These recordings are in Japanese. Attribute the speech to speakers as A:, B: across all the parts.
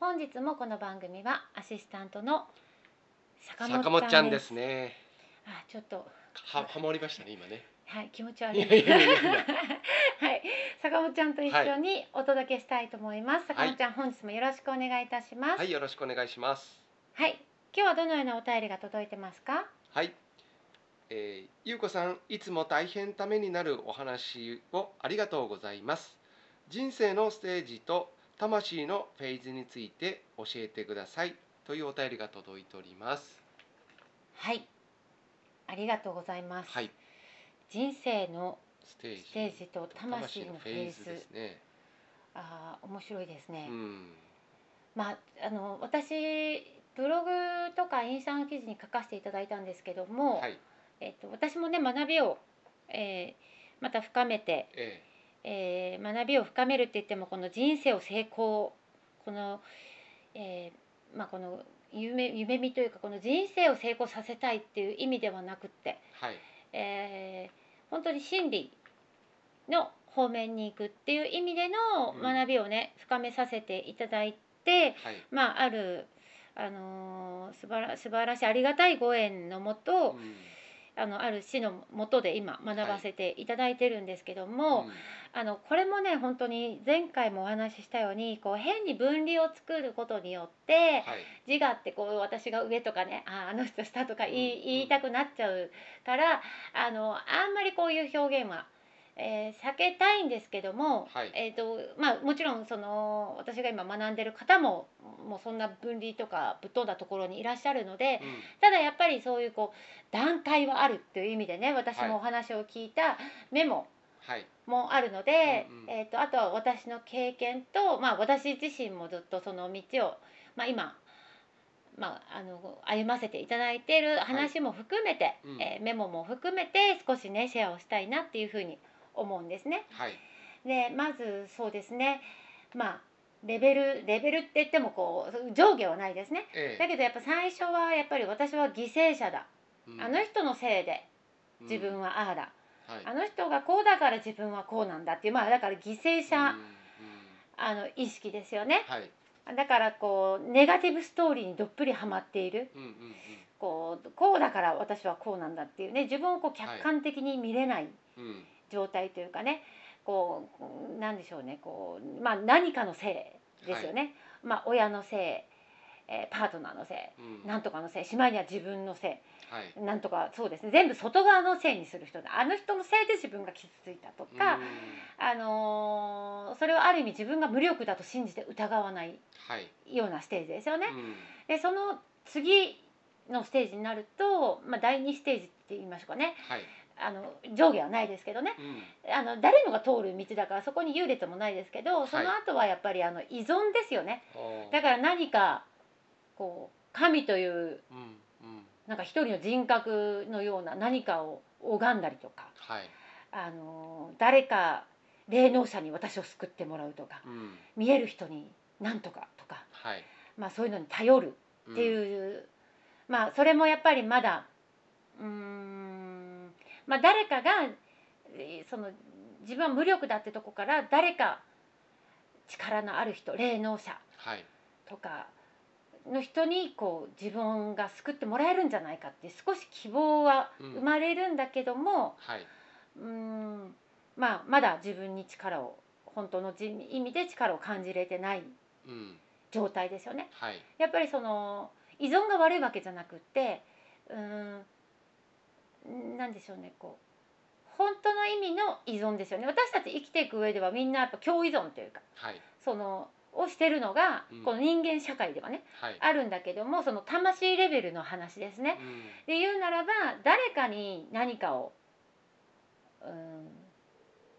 A: 本日もこの番組はアシスタントの坂
B: 坂
A: 本
B: 本
A: ち
B: ちゃ
A: ゃん
B: ん
A: で。
B: ですすね。
A: あ、ちょっと
B: はハマりましたね今ね。
A: はい、気持ち悪
B: い
A: い。
B: やいやいやいや
A: はい、坂本ちゃんと一緒にお届けしたいと思います。
B: は
A: 坂
B: い
A: 本ちゃん、本日もよろしくお願いいたします。
B: はいよろしくお願いします。
A: はい、今日はどのようなお便りが届いてますか。
B: はい。えー、ゆうこさんいつも大変ためになるお話をありがとうございます。人生のステージと魂のフェーズについて教えてくださいというお便りが届いております。
A: はい、ありがとうございます。
B: はい。
A: 人生の
B: ステージ。
A: ステージと魂のフェーズ
B: ですね。
A: ああ面白いですね、
B: うん。
A: まああの私ブログとかインスタの記事に書かせていただいたんですけども、
B: はい。
A: えっと、私もね学びを、えーまた深めて、
B: え
A: えー学びを深めるって言ってもこの人生を成功この、えーまあ、この夢夢見というかこの人生を成功させたいっていう意味ではなくって
B: ー、はい。
A: えー本当に真理の方面に行くっていう意味での
B: うん
A: 学びをね、深めさせていただいて、
B: はい。
A: まあ、ある、あのー素晴ら素晴らしいありがたいご縁のもと、
B: うん
A: あのある師のもとで今学ばせていただいてるんですけども、
B: うん
A: あのこれもね本当に前回もお話ししたようにこう変に分離を作ることによって、
B: はい。
A: 自我ってこう私が上とかねあーあの人下とか言い,、
B: うん
A: 言いたくなっちゃうからあのあんまりこういう表現は、えー避けたいんですけども、
B: はい
A: えーとまあ、もちろんその私が今学んでる方ももうそんな分離とかぶっ飛んだところにいらっしゃるので、
B: うん
A: ただやっぱりそういうこう段階はあるっていう意味でね私
B: はい
A: もお話を聞いたメモ、
B: はい。
A: もあるので、
B: うんうん
A: えー、とあとは私の経験と、まあ、私自身もずっとその道を、まあ、今、まあ、あの歩ませていただいている話も含めて、
B: うん
A: えーメモも含めて少しねシェアをしたいなっていうふうに思うんですね。
B: はい。
A: でまずそうですね、まあ、レベルレベルって言ってもこう上下はないですね。
B: え
A: だけどやっぱ最初はやっぱり私は犠牲者だ、
B: ー
A: あの人のせいで
B: うん
A: 自分はああだ、
B: はい
A: あの人がこうだから自分はこうなんだっていうまあだから犠牲者、
B: うんうん
A: あの意識ですよね
B: はい。
A: だからこうネガティブストーリーにどっぷりはまっている
B: うんうん
A: こうこうだから私はこうなんだっていうね自分をこう客観的に見れない
B: うんうん
A: 状態というかね、こうなんでしょうねこう、まあ、何かのせいですよね、まあ、親のせい、えーパートナーのせい
B: うん
A: なんとかのせいしまいには自分のせ
B: はい。
A: いなんとかそうですね全部外側のせいにする人だあの人のせいで自分が傷ついたとか。
B: うん
A: あのーそれをある意味自分が無力だと信じて疑わない
B: はい。
A: ようなステージですよね。
B: うん
A: でその次のステージになると、まあ、第2ステージって言いましょうかね
B: はい。
A: あの上下はないですけどね
B: うん
A: あの誰もが通る道だからそこに優劣もないですけどその後はやっぱりあの依存ですよね。
B: おー
A: だから何かこう神という
B: うんうん
A: なんか一人の人格のような何かを拝んだりとか、
B: はい。
A: あのー誰か霊能者に私を救ってもらうとか。
B: うん
A: 見える人になんとかとか、
B: はい。
A: まあ、そういうのに頼る
B: うん
A: っていう、まあそれもやっぱりまだうーんまあ誰かがえーその自分は無力だってとこから誰か力のある人霊能者
B: はい
A: とかの人にこう自分が救ってもらえるんじゃないかって少し希望は
B: うん
A: 生まれるんだけども、
B: はい、
A: うーんまあ、まだ自分に力を本当のじ意味で力を感じれてない
B: うん、
A: 状態ですよね。
B: はい、
A: やっぱりその依存が悪いわけじゃなくってうーんなんでしょうねこう本当の意味の依存ですよね私たち生きていく上ではみんなやっぱ共依存というか
B: はい、
A: そのをしてるのが、
B: うん
A: この人間社会ではね
B: はい、
A: あるんだけどもその魂レベルの話ですね。
B: うん、
A: で言うならば誰かに何かをうーん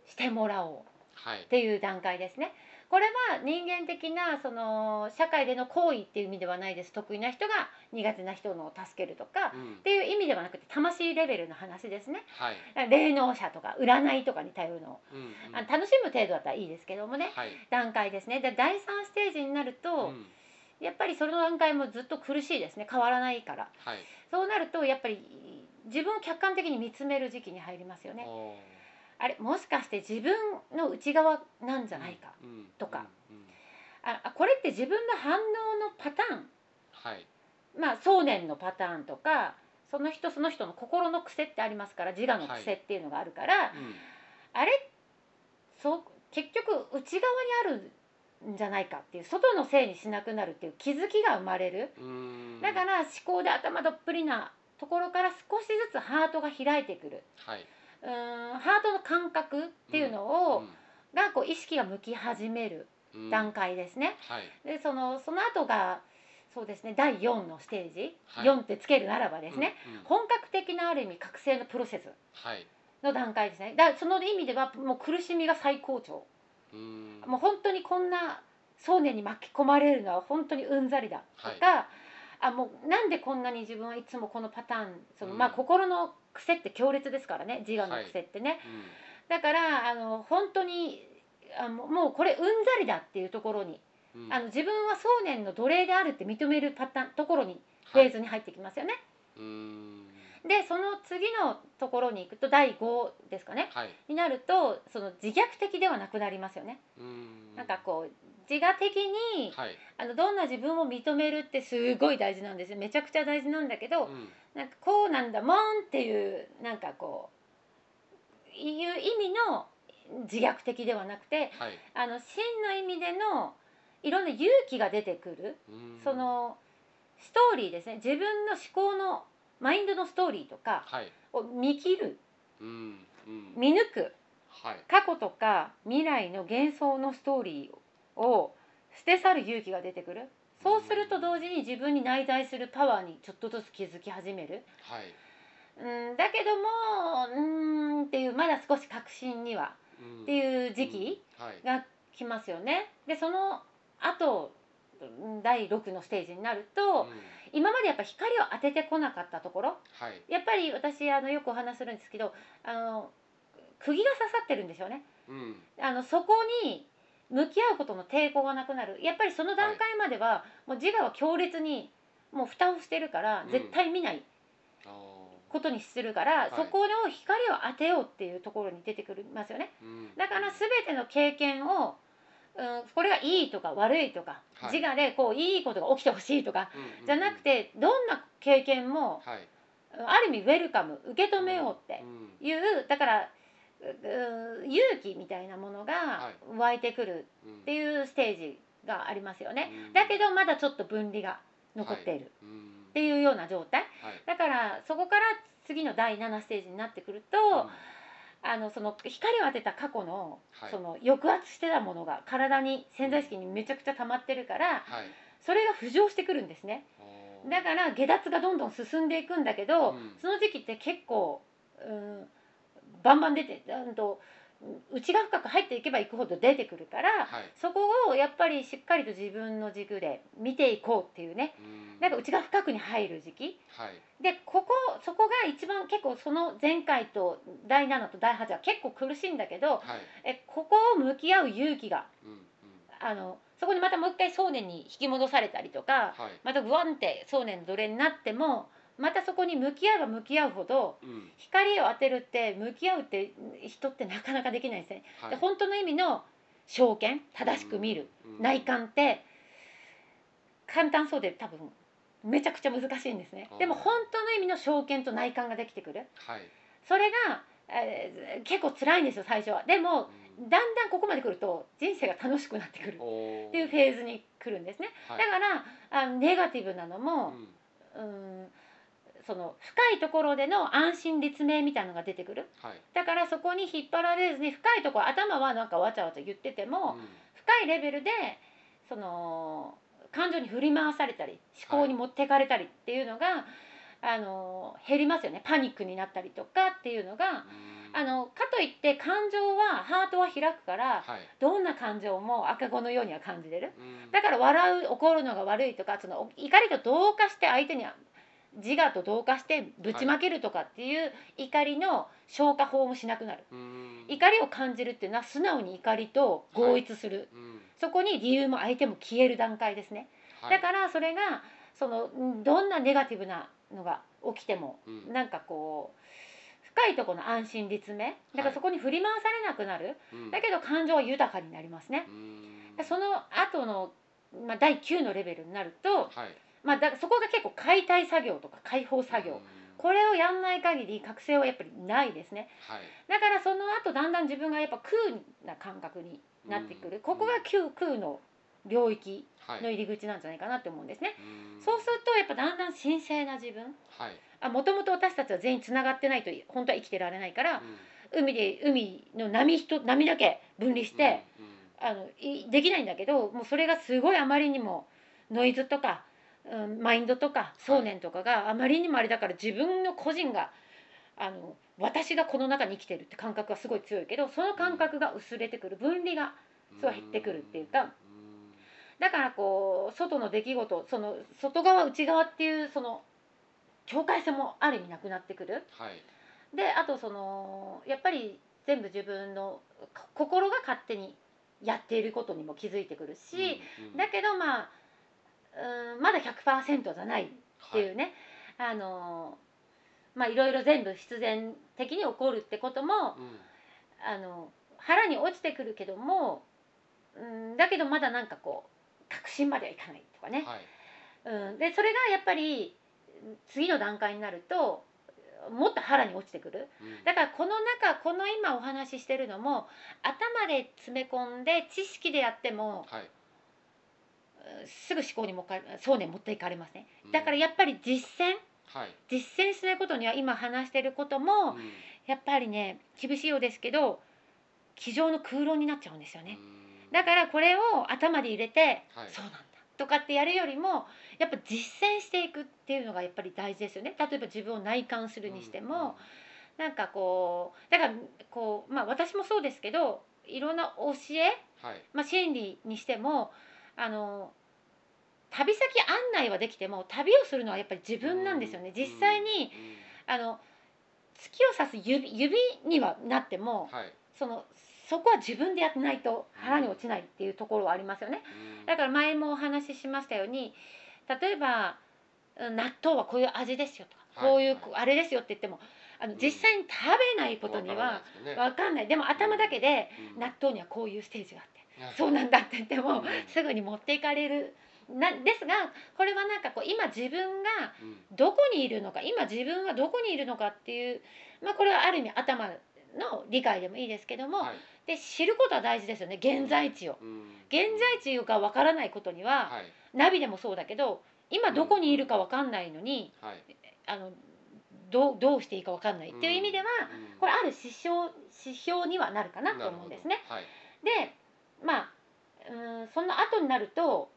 A: してもらおう
B: はい
A: っ、ていう段階ですね。これは人間的なその社会での行為っていう意味ではないです得意な人が苦手な人のを助けるとかっ
B: うん、
A: ていう意味ではなくて魂レベルの話ですね
B: はい、
A: 霊能者とか占いとかに頼るの、
B: うん、うん
A: あ楽しむ程度だったらいいですけどもね
B: はい、
A: 段階ですねで第3ステージになる
B: う
A: と、
B: ん、
A: やっぱりその段階もずっと苦しいですね変わらないから
B: はい、
A: そうなるとやっぱり自分を客観的に見つめる時期に入りますよね
B: おー
A: あれもしかして自分の内側なんじゃないか、、
B: うんうん
A: とか
B: うんうん
A: ああこれって自分の反応のパター
B: はい、
A: ンまあ想念のパターンとかその人その人の心の癖ってありますから自我の癖っていうのがあるから、
B: うん、
A: あれそう結局内側にあるんじゃないかっていう外のせいにしなくなるっていう気づきが生まれる、
B: うん
A: だから思考で頭どっぷりなところから少しずつハートが開いてくる
B: はい、
A: うーんハートの感覚っていうのを、
B: うん
A: がこう意識が向き始める
B: うん
A: 段階ですね。
B: はい、
A: でそのその後がそうですね第4のステージ、
B: はい
A: 4ってつけるならばですね、
B: うん、うん
A: 本格的なある意味覚醒のプロセス
B: はい、
A: の段階ですねだその意味ではもう苦しみが最高潮、
B: うん、
A: もう本当にこんな想念に巻き込まれるのは本当にうんざりだとか、あもうなんでこんなに自分はいつもこのパターンその、
B: うん
A: まあ心の癖って強烈ですからね自我の癖ってね、
B: うん、
A: だからあの本当にあもうもうこれうんざりだっていうところに
B: うん
A: あの自分は想念の奴隷であるって認めるパターンところにフ
B: は
A: ェ
B: い
A: ーズに入ってきますよね。
B: うん、
A: でその次のところに行くと第5ですかね
B: はい、
A: になるとその自虐的ではなくなりますよね。
B: うん、
A: なんかこう自我的に
B: はい、
A: あのどんな自分を認めるってすごい大事なんですよめちゃくちゃ大事なんだけど
B: うん、
A: なんかこうなんだもんっていうなんかこういう意味の自虐的ではなくて
B: はい、
A: あの真の意味でのいろんな勇気が出てくる
B: うん
A: そ、のストーリーですね自分の思考のマインドのストーリーとか
B: はい、
A: を見切る
B: うん、うん、
A: 見抜く
B: はい、
A: 過去とか未来の幻想のストーリーを捨て去る勇気が出てくるそうすると同時に自分に内在するパワーにちょっとずつ気づき始める
B: はい、
A: うんだけどもうーんっていうまだ少し確信には
B: うん
A: っていう時期
B: うんはい、
A: が来ますよね。でその後うん第6のステージになると、
B: うん
A: 今までやっぱ光を当ててこなかったところ
B: はい、
A: やっぱり私あのよくお話しするんですけどあの釘が刺さってるんですよね
B: うん、
A: あのそこに向き合うことの抵抗がなくなるやっぱりその段階までは、もう自我は強烈にもう蓋をしてるから
B: うん
A: 絶対見ない
B: あ
A: ことにするから、
B: い
A: そこを光を当てようっていうところに出てくるますよね
B: ーうん
A: だから全ての経験を、うん、これがいいとか悪いとか、
B: はい
A: 自我でこういいことが起きてほしいとか
B: うんうんうん
A: じゃなくて、どんな経験も、
B: はい、
A: ある意味ウェルカム受け止めようって
B: うん
A: いうだからうう勇気みたいなものが湧いてくる
B: うん
A: っていうステージがありますよね、
B: うん
A: だけどまだちょっと分離が残っている
B: うん
A: っていうような状態
B: はい
A: だからそこから次の第7ステージになってくると、
B: うん
A: あのその光を当てた過去の,、
B: はい
A: その抑圧してたものが体に潜在意識にめちゃくちゃ溜まってるから
B: はい
A: それが浮上してくるんですね。
B: おー
A: だから下脱がどんどん進んでいくんだけど、
B: うん
A: その時期って結構、うん、バンバン出てうんと内が深く入っていけばいくほど出てくるから、
B: はい
A: そこをやっぱりしっかりと自分の軸で見ていこうっていうね
B: うん
A: なんか内が深くに入る時期
B: はい
A: でここそこが一番結構その前回と第7と第8は結構苦しいんだけど
B: はい
A: えここを向き合う勇気が
B: うんうん
A: あのそこにまたもう一回想念に引き戻されたりとか
B: はい、
A: またグワンって想念の奴隷になってもまたそこに向き合えば向き合うほど
B: うん、
A: 光を当てるって向き合うって人ってなかなかできないですね。
B: は
A: で本当の意味の証券正しく見る、、
B: うん
A: 内、観って簡単そうで多分めちゃくちゃ難しいんですね
B: あー
A: でも本当の意味の証券と内観ができてくる
B: はい、
A: それが、えー結構辛いんですよ最初はでも
B: うん
A: だんだんここまで来ると人生が楽しくなってくる
B: おー
A: っていうフェーズに来るんですねだ
B: はい
A: からあのネガティブなのも、
B: うん
A: うん、その深いところでの安心立命みたいなのが出てくる
B: はい、
A: だからそこに引っ張られずに深いところ頭はなんかわちゃわちゃ言ってても、
B: うん
A: 深いレベルでその感情に振り回されたり思考に持っていかれたりっていうのが、あの減りますよねパニックになったりとかっていうのが、
B: うん
A: あのかといって感情はハートは開くから
B: はい、
A: どんな感情も赤子のようには感じれる
B: うん
A: だから笑う怒るのが悪いとかその怒りと同化して相手に自我と同化してぶちまけるとかっていう怒りの消化法もしなくなる。
B: うん
A: 怒りを感じるっていうのは素直に怒りと合一する
B: うん
A: そこに理由も相手も消える段階ですね、
B: はい、
A: だからそれがそのんどんなネガティブなのが起きても、
B: うん
A: なんかこう深いところの安心立命だか
B: は
A: ら
B: い
A: そこに振り回されなくなる、
B: うん
A: だけど感情は豊かになりますね、
B: うん
A: でその後のまあ、第9のレベルになると、
B: はい、
A: まあ、だそこが結構解体作業とか解放作業、
B: うん
A: これをやんない限り覚醒はやっぱりないですね
B: はい、
A: だからその後だんだん自分がやっぱ空な感覚になってくる、
B: うん
A: ここが空空の領域
B: はい、
A: の入り口なんじゃないかなって思うんですね。
B: うん
A: そうするとやっぱだんだん神聖な自分
B: はい、
A: あもともと私たちは全員つながってないと本当は生きてられないから海で海の波ひと波だけ分離して、
B: うん、うん
A: あのいできないんだけどもうそれがすごいあまりにもノイズとか、うん、マインドとか想念とかがあまりにもあれだから自分の個人があの私がこの中に生きてるって感覚がすごい強いけどその感覚が薄れてくる分離が
B: うん
A: そう減ってくるっていうか、だからこう外の出来事その外側内側っていうその境界線もある意味なくなってくる
B: はい、
A: であとそのやっぱり全部自分のこ心が勝手にやっていることにも気づいてくるし、
B: うん
A: だけどまあうんまだ100%じゃないっていうね、あのまあいろいろ全部必然的に起こるってことも
B: はいうん
A: あの腹に落ちてくるけども、うん、だけどまだなんかこう確信まではいかないとかね、
B: はい、
A: うん、でそれがやっぱりうん次の段階になるともっと腹に落ちてくる
B: うん
A: だからこの中この今お話ししてるのも頭で詰め込んで知識でやっても
B: はい、
A: うんすぐ思考にもっかい想念持っていかれますね
B: うん
A: だからやっぱり実践
B: はい、
A: 実践しないことには今話してることも
B: うん
A: やっぱりね厳しいようですけど机上の空論になっちゃうんですよね
B: うん
A: だからこれを頭で入れて、
B: はい
A: そうなんだとかってやるよりもやっぱ実践していくっていうのがやっぱり大事ですよね例えば自分を内観するにしても、、なんかこうだからこうまあ私もそうですけどいろんな教え、
B: うんはい、
A: まあ、心理にしてもあの旅先案内はできても旅をするのはやっぱり自分なんですよね、
B: う
A: 実際に、あの月を指す指指にはなっても、
B: うんはい、
A: そのそこは自分でやってないと腹に落ちないっていうところはありますよね。だ
B: か
A: から前もお話ししましたように例えばうん納豆はこういう味ですよとか、
B: はい
A: こういう
B: はい
A: こうあれですよって言ってもあの
B: うん
A: 実際に食べないことには
B: わ
A: 分かんないでも頭だけで納豆にはこういうステージがあってそうなんだって言っても
B: うん
A: すぐに持っていかれるなですがこれはなんかこう今自分が
B: うん
A: どこにいるのか今自分はどこにいるのかっていう、まあ、これはある意味頭の理解でもいいですけども、
B: はい
A: で知ることは大事ですよね現在地を。
B: うん
A: 現在地がわからないことには、
B: はい
A: ナビでもそうだけど今どこにいるかわかんないのに
B: はい
A: あのどうどうしていいかわかんないっていう意味では、
B: うん
A: これある指標指標にはなるかなと思うんですね。
B: なる
A: でまあうーんその後になると、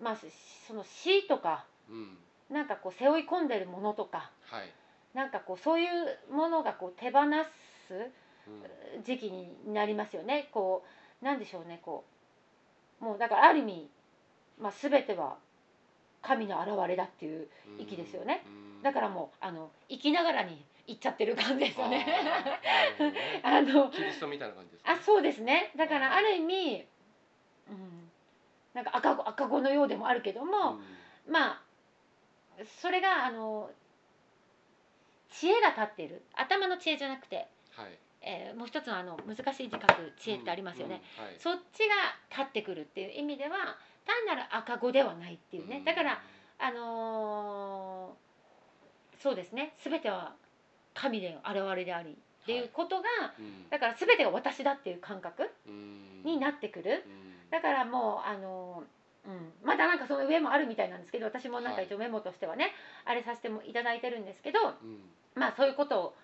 A: まあ、しその死とか
B: ほどはいうん
A: なんかこう背負い込んでるものとか
B: はい
A: なんかこうそういうものがこう手放す
B: うん
A: 時期になりますよねこうなんでしょうねこうもうだからある意味、まあ、全ては神の現れだっていう
B: うん
A: 息ですよね
B: うん
A: だからもうあの生きながらに行っちゃってる感じですよね。
B: あーなるほ
A: あ
B: どね
A: の
B: キリストみたいな感じですか
A: あそうですねだからある意味、うん、なんか赤子赤子のようでもあるけども、まあそれがあの知恵が立っている頭の知恵じゃなくて、
B: はい
A: えーもう一つのあの難しい字書く知恵ってありますよね、、
B: うんうんはい、
A: そっちが立ってくるっていう意味では単なる赤子ではないっていうね、だからあのーそうですね全ては神で現れでありっていうことが、
B: うん、うん
A: だから全てが私だっていう感覚
B: うん
A: になってくる、
B: うん
A: だからもうあのーうん、まだなんかその上もあるみたいなんですけど私もなんか一応メモとしてはね、あれさせてもいただいてるんですけど
B: うん
A: まあそういうこと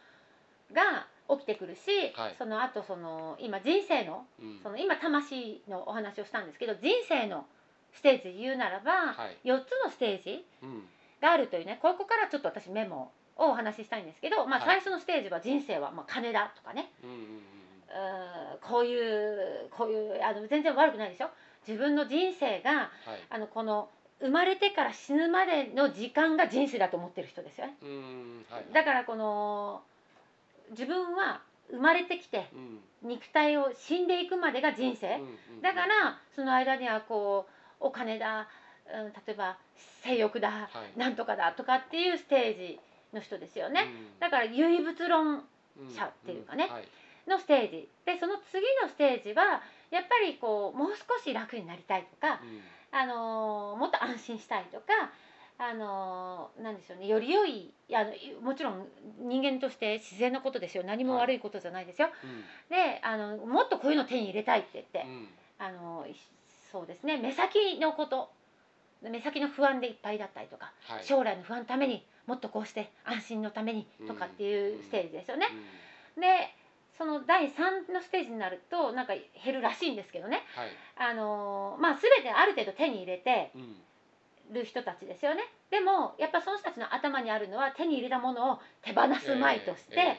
A: が起きてくるし、
B: はい
A: その後その今人生の
B: うん
A: その今魂のお話をしたんですけど人生のステージで言うならば、
B: はい
A: 4つのステージ
B: うん
A: があるというねここからちょっと私メモをお話ししたいんですけど、まあ、
B: は
A: 最
B: い
A: 初のステージは人生はまあ金だとかね、
B: うんうんうん
A: うーんこういうこういうあの全然悪くないでしょ自分の人生が
B: はい
A: あのこの生まれてから死ぬまでの時間が人生だと思ってる人ですよね、
B: うんはい
A: だからこの自分は生まれてきて
B: うん
A: 肉体を死んでいくまでが人生、
B: うんうん
A: だからその間にはこうお金だ、うん、例えば性欲だ
B: はい
A: なんとかだとかっていうステージの人ですよね。
B: うん
A: だから唯物論
B: うん
A: 者っていうかね
B: んはい
A: のステージでその次のステージはやっぱりこうもう少し楽になりたいとか、
B: うん
A: あのーもっと安心したいとか、あのーなんでしょうねより良いいやあのいもちろん人間として自然なことですよ何も悪いことじゃないですよ。
B: うん
A: であのもっとこういうの手に入れたいって言って、
B: うん
A: あのいそうですね目先のこと目先の不安でいっぱいだったりとか、
B: はい
A: 将来の不安のためにもっとこうして安心のためにとかっていうステージですよね。
B: うん
A: でその第3のステージになるとなんか減るらしいんですけどね、
B: はい
A: あのーまあ、全てある程度手に入れて
B: うん
A: る人たちですよねでもやっぱその人たちの頭にあるのは手に入れたものを手放すまいとして、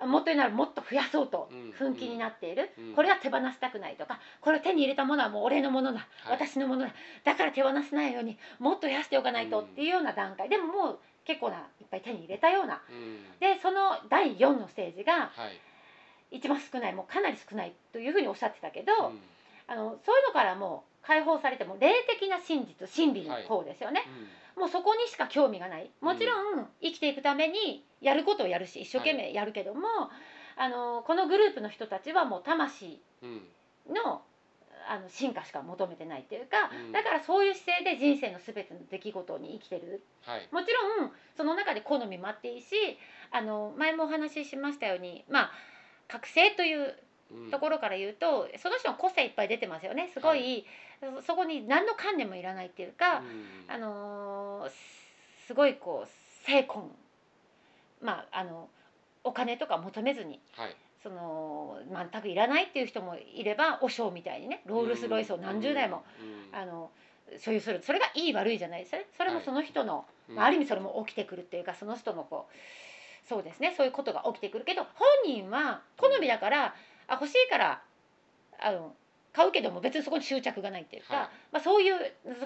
B: え
A: もっと言うならもっと増やそうと
B: うん
A: 奮起になっている、
B: えええ
A: これは手放したくないとかこれを手に入れたものはもう俺のものだ、
B: はい
A: 私のものだだから手放せないようにもっと増やしておかないと
B: うん
A: っていうような段階でももう結構ないっぱい手に入れたような
B: うんうん
A: でその第4のステージが
B: はい
A: 一番少ないもうかなり少ないというふうにおっしゃってたけど、
B: うん
A: あのそういうのからもう解放されても霊的な真実真理の方ですよね、
B: うん
A: もうそこにしか興味がないもちろん生きていくためにやることをやるし一生懸命やるけども、あのこのグループの人たちはもう魂
B: うん
A: のあの進化しか求めてないっていうか、
B: うん
A: だからそういう姿勢で人生の全ての出来事に生きてる
B: はい
A: もちろんその中で好みもあっていいしあの前もお話ししましたようにまあ覚醒という
B: うん
A: ところから言うと、その人の個性いっぱい出てますよねすご、
B: はい
A: そそこに何の観念もいらないっていうか、
B: うん
A: あのーすすごいこう精魂まああのお金とか求めずに
B: はい
A: その全くいらないっていう人もいればお尚みたいにねロールス・ロイスを何十台も、
B: うん
A: あの所有するそれがいい悪いじゃないですよねそれも
B: はい
A: その人の、
B: うん
A: まあ、ある意味それも起きてくるっていうかその人のこうそうですねそういうことが起きてくるけど本人は好みだから、あ欲しいからあの買うけども別にそこに執着がないっていうか、
B: はい
A: まあ、そういう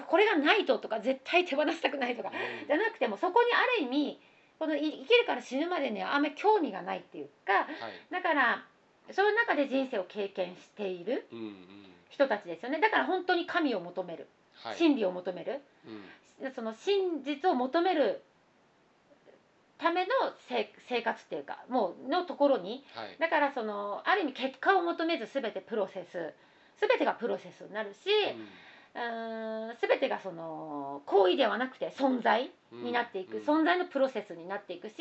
A: これがないととか絶対手放したくないとか
B: うん
A: じゃなくてもそこにある意味このい生きるから死ぬまでにはあんまり興味がないっていうか
B: はい
A: だからそういう中で人生を経験している
B: うんうん
A: 人たちですよねだから本当に神を求める、
B: はい
A: 真理を求める
B: うん
A: その真実を求めるためのせ生活っていうかもうのところに
B: はい
A: だからそのある意味結果を求めず全てプロセス全てがプロセスになるし、うーん、全てがその行為ではなくて存在
B: うん
A: になっていく、
B: うん
A: 存在のプロセスになっていくし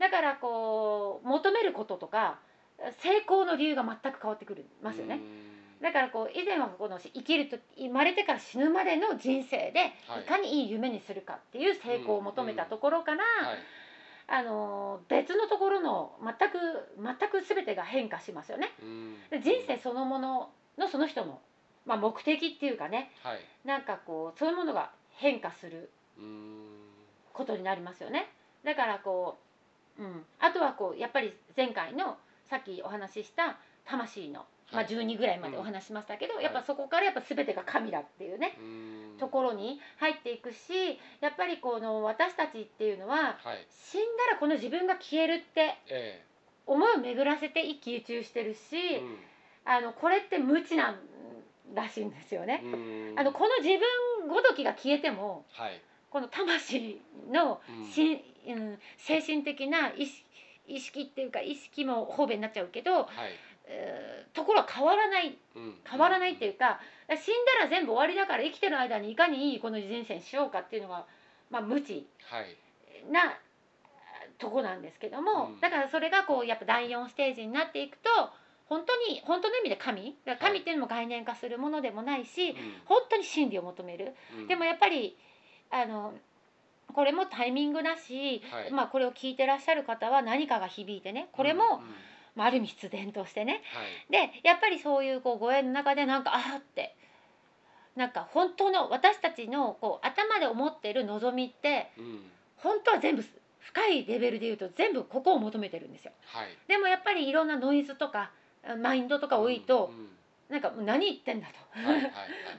A: だからこう求めることとか成功の理由が全く変わってくるますよね。
B: うん
A: だからこう以前はこの生きると生まれてから死ぬまでの人生で
B: はい
A: いかにいい夢にするかっていう成功を求めたところから、
B: はい
A: あのー別のところの全く全く全てが変化しますよね。
B: うん
A: で人生そのもののその人の、まあ、目的っていうかね
B: はい
A: なんかこうそういうものが変化する
B: うん
A: ことになりますよね。だからこう、うん、あとはこうやっぱり前回のさっきお話しした魂の、ま
B: は
A: あ、
B: い
A: 12ぐらいまで
B: うん
A: お話ししましたけど、
B: はい
A: やっぱそこからやっぱ全てが神だっていうね、
B: うん
A: ところに入っていくしやっぱりこの私たちっていうのは
B: はい
A: 死んだらこの自分が消えるって
B: え
A: 思いを巡らせて一喜一憂してるし、
B: えうん
A: あのこれって無知なんらしいんですよね。
B: うん
A: あのこの自分ごときが消えても
B: はい、
A: この魂の
B: うん
A: し、うん、精神的な意識意識っていうか意識も方便になっちゃうけど、
B: はい
A: えーところは変わらない
B: うん
A: 変わらないっていうか死んだら全部終わりだから生きてる間にいかにいいこの人生にしようかっていうのが、まあ、無知
B: はい
A: なとこなんですけども、
B: うん
A: だからそれがこうやっぱ第4ステージになっていくと本当に本当の意味で神だから
B: は
A: 神
B: い
A: っていうのも概念化するものでもないし、
B: う
A: 本当に真理を求める。
B: んうん
A: でもやっぱりあのこれもタイミングだし、
B: はい
A: まあ、これを聞いてらっしゃる方は何かが響いてねこれも、
B: うんうん
A: まあ、ある意味必然としてね
B: はい
A: でやっぱりそういうこうご縁の中でなんかああってなんか本当の私たちのこう頭で思ってる望みって
B: うん
A: 本当は全部深いレベルで言うと全部ここを求めてるんですよ
B: はい
A: でもやっぱりいろんなノイズとかマインドとか多いと
B: う、ん
A: なんかもう何言ってんだと、
B: うんはい はい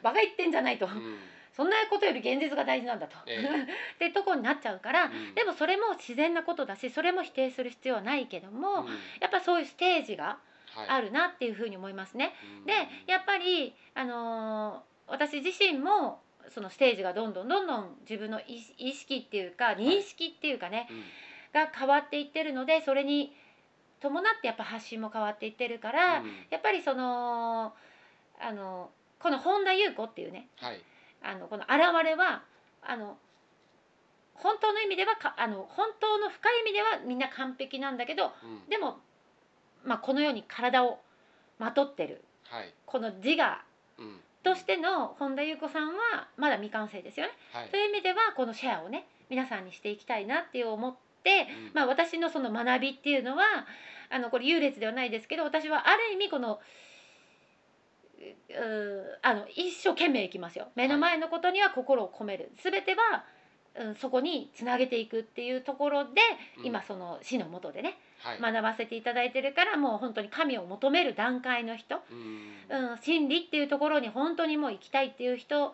A: バカ言ってんじゃないと、
B: はいうん
A: そんなことより現実が大事なんだと、
B: え
A: ってとこになっちゃうから、
B: うん
A: でもそれも自然なことだしそれも否定する必要はないけども、
B: うん
A: やっぱそういうステージが
B: はい
A: あるなっていうふうに思いますね。
B: うん
A: でやっぱり、あのー私自身もそのステージがどんどんどんどん自分の意意識っていうか認識っていうかね、
B: うん
A: が変わっていってるのでそれに伴ってやっぱ発信も変わっていってるから、
B: うん
A: やっぱりそのあのこの本田裕子っていうね
B: はい
A: あのこの現れはあの本当の意味ではかあの本当の深い意味ではみんな完璧なんだけど
B: うん
A: でも、まあ、このように体をまとってる
B: はい
A: この自我
B: うん
A: としての本田裕子さんはまだ未完成ですよね。
B: はい
A: という意味ではこのシェアをね皆さんにしていきたいなっていう思って、
B: うん
A: まあ、私のその学びっていうのはあのこれ優劣ではないですけど私はある意味このううあの一生懸命いきますよ目の前のことには心を込める全ては、うん、そこにつなげていくっていうところで、
B: うん
A: 今その死のもとでね
B: はい
A: 学ばせていただいてるからもう本当に神を求める段階の人
B: うん
A: うん、心理っていうところに本当にもう行きたいっていう人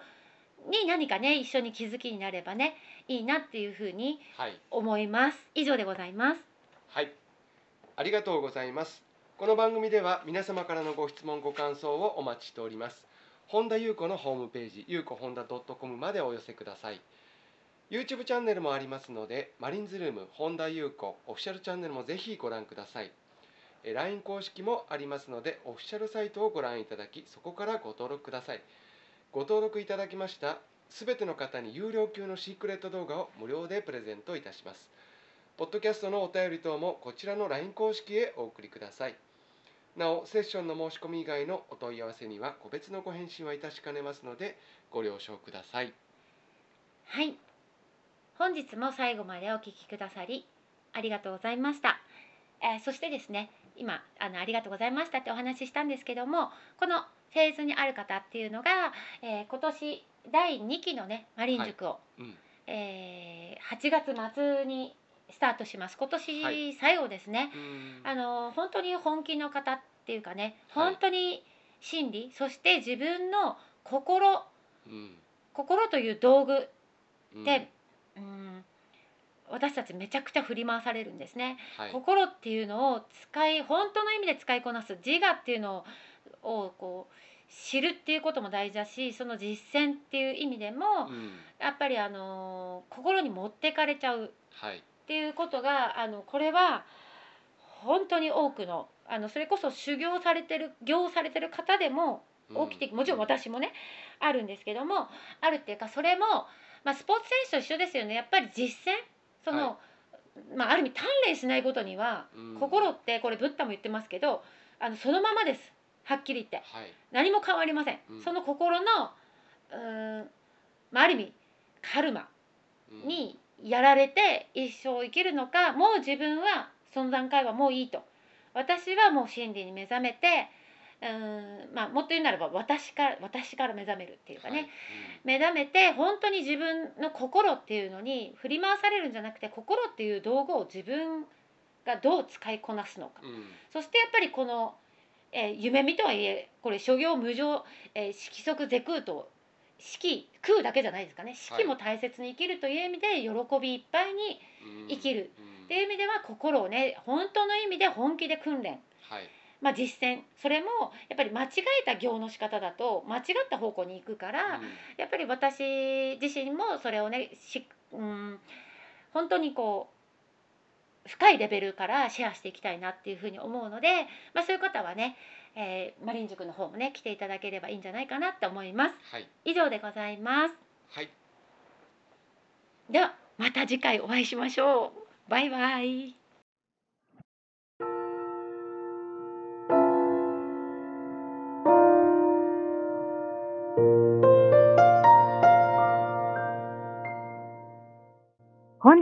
A: に何かね一緒に気づきになればねいいなっていうふうに
B: はい
A: 思います以上でございます
B: はい、ありがとうございます。この番組では皆様からのご質問ご感想をお待ちしております。本田裕子のホームページ、ゆうこ本田 .com までお寄せください。YouTube チャンネルもありますので、マリンズルーム本田裕子オフィシャルチャンネルもぜひご覧ください。え LINE 公式もありますので、オフィシャルサイトをご覧いただき、そこからご登録ください。ご登録いただきましたすべての方に有料級のシークレット動画を無料でプレゼントいたします。ポッドキャストのお便り等もこちらの LINE 公式へお送りください。なお、セッションの申し込み以外のお問い合わせには個別のご返信はいたしかねますので、ご了承ください。
A: はい本日も最後までお聞きくださりありがとうございました、えーそしてですね今あのありがとうございましたってお話ししたんですけどもこのフェーズにある方っていうのが、えー今年第2期のねマリン塾を、
B: うん、
A: えー8月末にスタートします今
B: は
A: 年最後ですね、
B: うん
A: あの本当に本気の方っていうかね
B: はい
A: 本当に真理、そして自分の心
B: うん
A: 心という道具
B: うん
A: で、うん、私たちめちゃくちゃ振り回されるんですね、
B: はい、
A: 心っていうのを使い本当の意味で使いこなす自我っていうのををこう知るっていうことも大事だしその実践っていう意味でも、
B: うん
A: やっぱりあの心に持ってかれちゃう
B: はい、
A: っていうことがあのこれは本当に多くのあのそれこそ修行されてる行されてる方でも
B: うん
A: 起きて、もちろん、私もねあるんですけどもあるっていうかそれも、まあ、スポーツ選手と一緒ですよねやっぱり実践その、まあ、ある意味鍛錬しないことには、
B: うん
A: 心
B: はい、
A: ってこれブッダも言ってますけどあのそのままですはっきり言って何も変わりません、
B: うん
A: その心のうーん、まあ、ある意味カルマ
B: うん、
A: にやられて一生生きるのかもう自分はその段階はもういいと私はもう真理に目覚めてうーん、まあ、もっと言うならば私から私から目覚めるっていうかね、
B: はい、
A: 目覚めて本当に自分の心っていうのに振り回されるんじゃなくて心っていう道具を自分がどう使いこなすのか
B: うんうん
A: そしてやっぱりこの、えー夢見とはいえこれ諸行無常、えー色即是空と四季空だけじゃないですかね四季も大切に生きるという意味で喜びいっぱいに、
B: うん
A: 生きる
B: うん
A: っていう意味では心をね本当の意味で本気で訓練
B: はい、
A: まあ、実践それもやっぱり間違えた行の仕方だと間違った方向に行くから、やっぱり私自身もそれをねし、うん、本当にこう深いレベルからシェアしていきたいなっていうふうに思うので、まあ、そういう方はね、えーマリン塾の方もね来ていただければいいんじゃないかなって思います。
B: はい
A: 以上でございます。
B: はい
A: ではまた次回お会いしましょう。バイバイ。
C: 本